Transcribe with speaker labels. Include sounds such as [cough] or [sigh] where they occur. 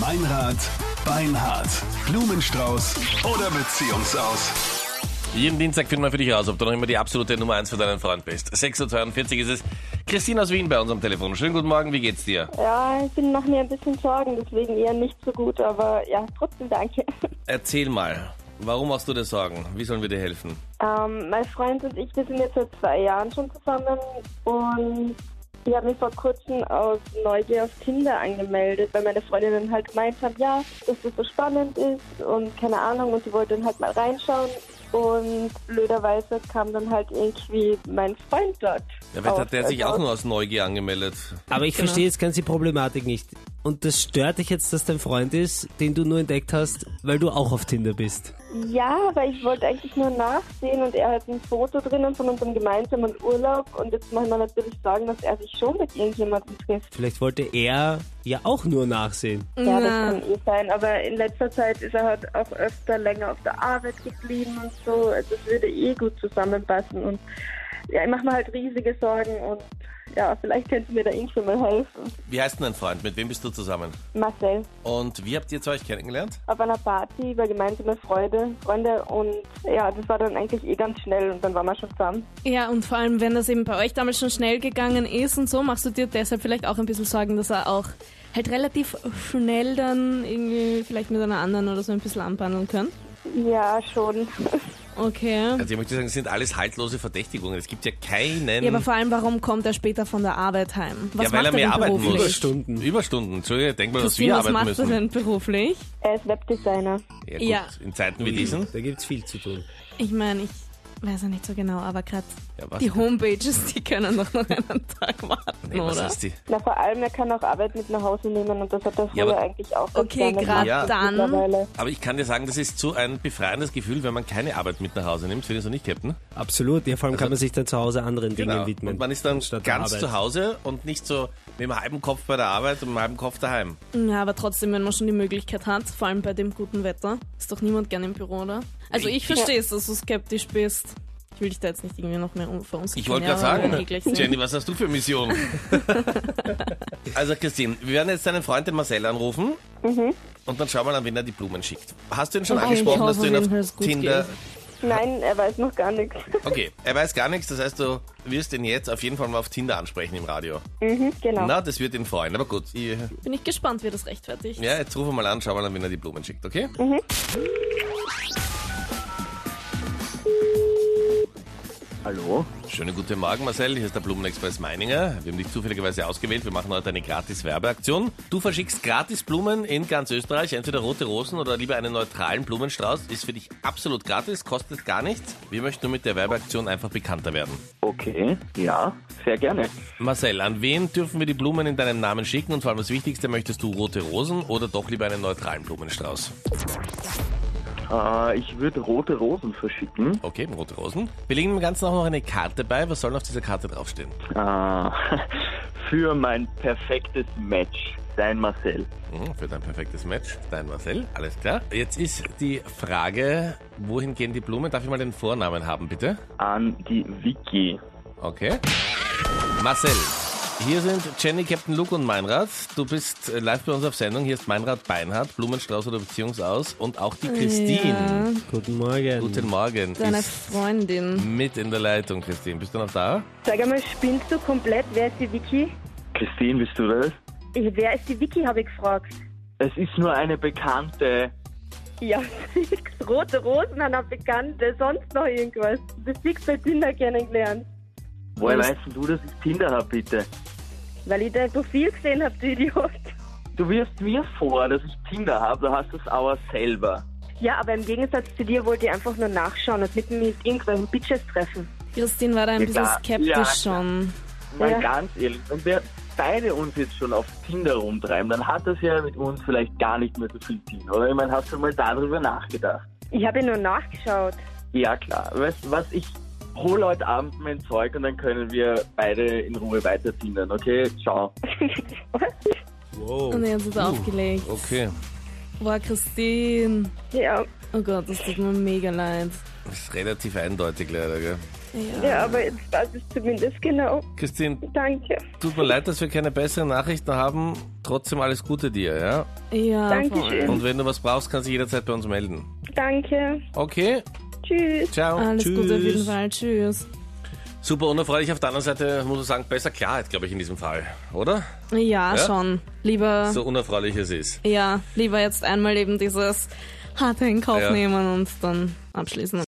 Speaker 1: Meinrad, Beinhard, Blumenstrauß oder Beziehungsaus.
Speaker 2: Jeden Dienstag finden wir für dich raus, ob du noch immer die absolute Nummer 1 für deinen Freund bist. 6.42 Uhr ist es. Christine aus Wien bei uns am Telefon. Schönen guten Morgen, wie geht's dir?
Speaker 3: Ja, ich bin mache mir ein bisschen Sorgen, deswegen eher nicht so gut, aber ja, trotzdem danke. [laughs]
Speaker 2: Erzähl mal, warum machst du dir Sorgen? Wie sollen wir dir helfen?
Speaker 3: Ähm, mein Freund und ich, wir sind jetzt seit zwei Jahren schon zusammen und ich habe mich vor kurzem aus Neugier auf Tinder angemeldet, weil meine Freundinnen halt gemeint haben, ja, dass das so spannend ist und keine Ahnung und die wollten dann halt mal reinschauen. Und blöderweise kam dann halt irgendwie mein Freund
Speaker 2: Ja,
Speaker 3: dort.
Speaker 4: Oh,
Speaker 2: vielleicht
Speaker 3: auf.
Speaker 2: hat der sich auch
Speaker 3: Also,
Speaker 2: nur aus Neugier angemeldet.
Speaker 5: Aber ich verstehe jetzt ganz die Problematik nicht. Und das stört dich jetzt, dass dein Freund ist, den du nur entdeckt hast, weil du auch auf Tinder bist.
Speaker 3: Ja, aber ich wollte eigentlich nur nachsehen und er hat ein Foto drinnen von unserem gemeinsamen Urlaub und jetzt muss man natürlich sagen, dass er sich schon mit irgendjemandem trifft.
Speaker 5: Vielleicht wollte er ja auch nur nachsehen.
Speaker 3: Ja, das kann eh sein, aber in letzter Zeit ist er halt auch öfter länger auf der Arbeit geblieben und so. Also Das würde eh gut zusammenpassen und ja, ich mache mir halt riesige Sorgen und ja, vielleicht könnt ihr mir da irgendwie mal helfen.
Speaker 2: Wie heißt denn dein Freund? Mit wem bist du zusammen?
Speaker 3: Marcel,
Speaker 2: Und wie habt ihr jetzt euch kennengelernt?
Speaker 3: auf einer Party über gemeinsame Freude, Freunde und ja, das war dann eigentlich eh ganz schnell und dann waren wir schon zusammen.
Speaker 4: Ja, und vor allem, wenn das eben bei euch damals schon schnell gegangen ist und so, machst du dir deshalb vielleicht auch ein bisschen Sorgen, dass er auch halt relativ schnell dann irgendwie vielleicht mit einer anderen oder so ein bisschen anbandeln kann.
Speaker 3: Ja, schon.
Speaker 4: Okay.
Speaker 2: Also ich möchte sagen, das sind alles haltlose Verdächtigungen. Es gibt ja keinen...
Speaker 4: Ja, aber vor allem, warum kommt er später von der Arbeit heim? Was
Speaker 2: ähm, Ja, weil
Speaker 4: macht
Speaker 2: er mehr
Speaker 4: denn
Speaker 2: arbeiten
Speaker 4: beruflich?
Speaker 2: muss.
Speaker 5: Stunden.
Speaker 2: Überstunden, Entschuldige, denk mal, was
Speaker 4: Christine,
Speaker 2: wir
Speaker 4: was
Speaker 2: arbeiten
Speaker 4: macht er
Speaker 2: müssen.
Speaker 4: denn beruflich?
Speaker 3: Er ist Webdesigner.
Speaker 2: Ja, gut,
Speaker 4: Ja.
Speaker 2: in Zeiten wie diesen.
Speaker 5: Mhm. Da gibt's viel zu tun.
Speaker 4: Ich meine, ich weiß ja nicht so genau, aber gerade
Speaker 2: Ja, was
Speaker 4: die
Speaker 2: denn?
Speaker 4: Homepages, die können doch noch einen Tag warten,
Speaker 2: Nee, was
Speaker 4: oder?
Speaker 2: ist die?
Speaker 3: Na, vor allem, er kann auch Arbeit mit nach Hause nehmen und das hat er
Speaker 2: Ja,
Speaker 3: früher
Speaker 2: aber-
Speaker 3: eigentlich auch ganz
Speaker 4: Okay,
Speaker 3: gerne
Speaker 4: grad
Speaker 3: gemacht
Speaker 4: dann.
Speaker 3: mittlerweile.
Speaker 2: Aber ich kann dir sagen, das ist so ein befreiendes Gefühl, wenn man keine Arbeit mit nach Hause nimmt. Findest du nicht, Captain?
Speaker 5: Absolut. Ja, vor allem kann man sich dann zu Hause anderen Dingen widmen.
Speaker 2: Also Genau. Und man ist dann
Speaker 5: statt der
Speaker 2: ganz
Speaker 5: Arbeit.
Speaker 2: zu Hause und nicht so mit dem halben Kopf bei der Arbeit und mit dem halben Kopf daheim.
Speaker 4: Ja, aber trotzdem, wenn man schon die Möglichkeit hat, vor allem bei dem guten Wetter, ist doch niemand gern im Büro, oder? Also ich verstehe es, dass du skeptisch bist. Ich will dich da jetzt nicht irgendwie noch mehr um- verunsichern.
Speaker 2: Ich wollte
Speaker 4: ja,
Speaker 2: gerade
Speaker 4: aber
Speaker 2: sagen,
Speaker 4: eklig sind.
Speaker 2: Jenny, was hast du für
Speaker 4: [laughs]
Speaker 2: Mission? also Christine, wir werden jetzt deinen Freund, den Marcel, anrufen. Und dann schauen wir an, wen er die Blumen schickt. Hast du ihn schon
Speaker 4: Mhm. Okay, ich
Speaker 2: angesprochen,
Speaker 4: hoffe,
Speaker 2: dass du ihn
Speaker 4: auf jeden Fall, dass
Speaker 2: auf
Speaker 4: es gut
Speaker 2: Tinder...
Speaker 3: Nein, er weiß noch gar nichts. [laughs]
Speaker 2: Okay, er weiß gar nichts, das heißt, du wirst ihn jetzt auf jeden Fall mal auf Tinder ansprechen im Radio.
Speaker 3: Mhm, genau.
Speaker 2: Na, das wird ihn freuen, aber gut. Ich,
Speaker 4: Bin ich gespannt, wie das rechtfertigt.
Speaker 2: ja, jetzt rufen wir mal an, schauen wir an, wen er die Blumen schickt, okay?
Speaker 6: Hallo?
Speaker 2: Schönen guten Morgen, Marcel. Hier ist der Blumenexpress Meininger. Wir haben dich zufälligerweise ausgewählt. Wir machen heute eine gratis Werbeaktion. Du verschickst gratis Blumen in ganz Österreich. Entweder rote Rosen oder lieber einen neutralen Blumenstrauß. Ist für dich absolut gratis, kostet gar nichts. Wir möchten nur mit der Werbeaktion einfach bekannter werden.
Speaker 6: Okay, ja, sehr gerne.
Speaker 2: Marcel, an wen dürfen wir die Blumen in deinem Namen schicken? Und vor allem das Wichtigste, möchtest du rote Rosen oder doch lieber einen neutralen Blumenstrauß?
Speaker 6: Äh, ich würde rote Rosen verschicken.
Speaker 2: Okay, rote Rosen. Wir legen dem Ganzen auch noch eine Karte bei. Was soll denn auf dieser Karte draufstehen?
Speaker 6: Äh, [laughs] für mein perfektes Match, dein Marcel.
Speaker 2: Mhm, Für dein perfektes Match, dein Marcel. Alles klar. Jetzt ist die Frage, wohin gehen die Blumen? Darf ich mal den Vornamen haben, bitte?
Speaker 6: An die Vicky.
Speaker 2: Okay. Marcel. Hier sind Jenny, Captain Luke und Meinrad. Du bist äh, live bei uns auf Sendung. Hier ist Meinrad Beinhardt, Blumenstrauß oder Beziehungsaus und auch die Christine.
Speaker 5: Guten Morgen.
Speaker 2: Guten Morgen.
Speaker 4: Deine
Speaker 2: Ist Hm.
Speaker 4: Freundin.
Speaker 2: mit in der Leitung, Christine. Bist du noch da?
Speaker 3: Sag einmal, spinnst du komplett? Wer ist die Vicky?
Speaker 6: Christine, bist du das?
Speaker 3: Ich, wer ist die Vicky, habe ich gefragt.
Speaker 6: Es ist nur eine Bekannte.
Speaker 3: Ja, fix. [laughs] Rote Rosen an einer Bekannte, sonst noch irgendwas. Du bist fix bei Tinder kennengelernt.
Speaker 6: Woher weißt denn du, dass ich Tinder habe, bitte?
Speaker 3: Weil ich dein Profil gesehen habe, du Idiot.
Speaker 6: Du wirfst mir vor, dass ich Tinder habe, du hast es aber selber.
Speaker 3: Ja, aber im Gegensatz zu dir wollte ich einfach nur nachschauen und mit mir mit irgendwelchen Bitches treffen.
Speaker 4: Christine war da ein
Speaker 6: Ja,
Speaker 4: bisschen
Speaker 6: klar.
Speaker 4: skeptisch
Speaker 6: Ja.
Speaker 4: schon.
Speaker 6: Mal
Speaker 3: Ja.
Speaker 6: ganz ehrlich, wenn wir beide uns jetzt schon auf Tinder rumtreiben, dann hat das ja mit uns vielleicht gar nicht mehr so viel Sinn, oder? Ich meine, hast du mal darüber nachgedacht?
Speaker 3: Ich habe nur nachgeschaut.
Speaker 6: Ja, klar. Weißt du was, ich hole heute Abend mein Zeug und dann können wir beide in Ruhe weiter Tindern, okay? Ciao.
Speaker 5: Wow.
Speaker 4: Und jetzt ist er
Speaker 2: Uh.
Speaker 4: aufgelegt.
Speaker 2: Okay.
Speaker 4: Boah, Christine.
Speaker 3: [laughs] Ja,
Speaker 4: Oh Gott, das tut mir mega leid.
Speaker 2: Ist relativ eindeutig leider, gell?
Speaker 4: Ja.
Speaker 3: ja, aber jetzt weiß ich zumindest genau.
Speaker 2: Christine,
Speaker 3: Danke.
Speaker 2: tut mir leid, dass wir keine besseren Nachrichten haben. trotzdem alles Gute dir, ja?
Speaker 4: Ja, voll.
Speaker 3: Dankeschön.
Speaker 2: Und wenn du was brauchst, kannst du dich jederzeit bei uns melden.
Speaker 3: Danke.
Speaker 2: Okay,
Speaker 3: Tschüss.
Speaker 2: ciao.
Speaker 4: Alles Gute auf
Speaker 2: Tschüss.
Speaker 4: jeden Fall. Tschüss.
Speaker 2: Super unerfreulich. Auf der anderen Seite muss ich sagen, besser Klarheit, glaube ich, in diesem Fall, oder?
Speaker 4: Ja,
Speaker 2: Ja?
Speaker 4: schon. Lieber,
Speaker 2: So unerfreulich es ist.
Speaker 4: ja, lieber jetzt einmal eben dieses harte in Kauf
Speaker 2: Ja.
Speaker 4: nehmen und dann abschließen.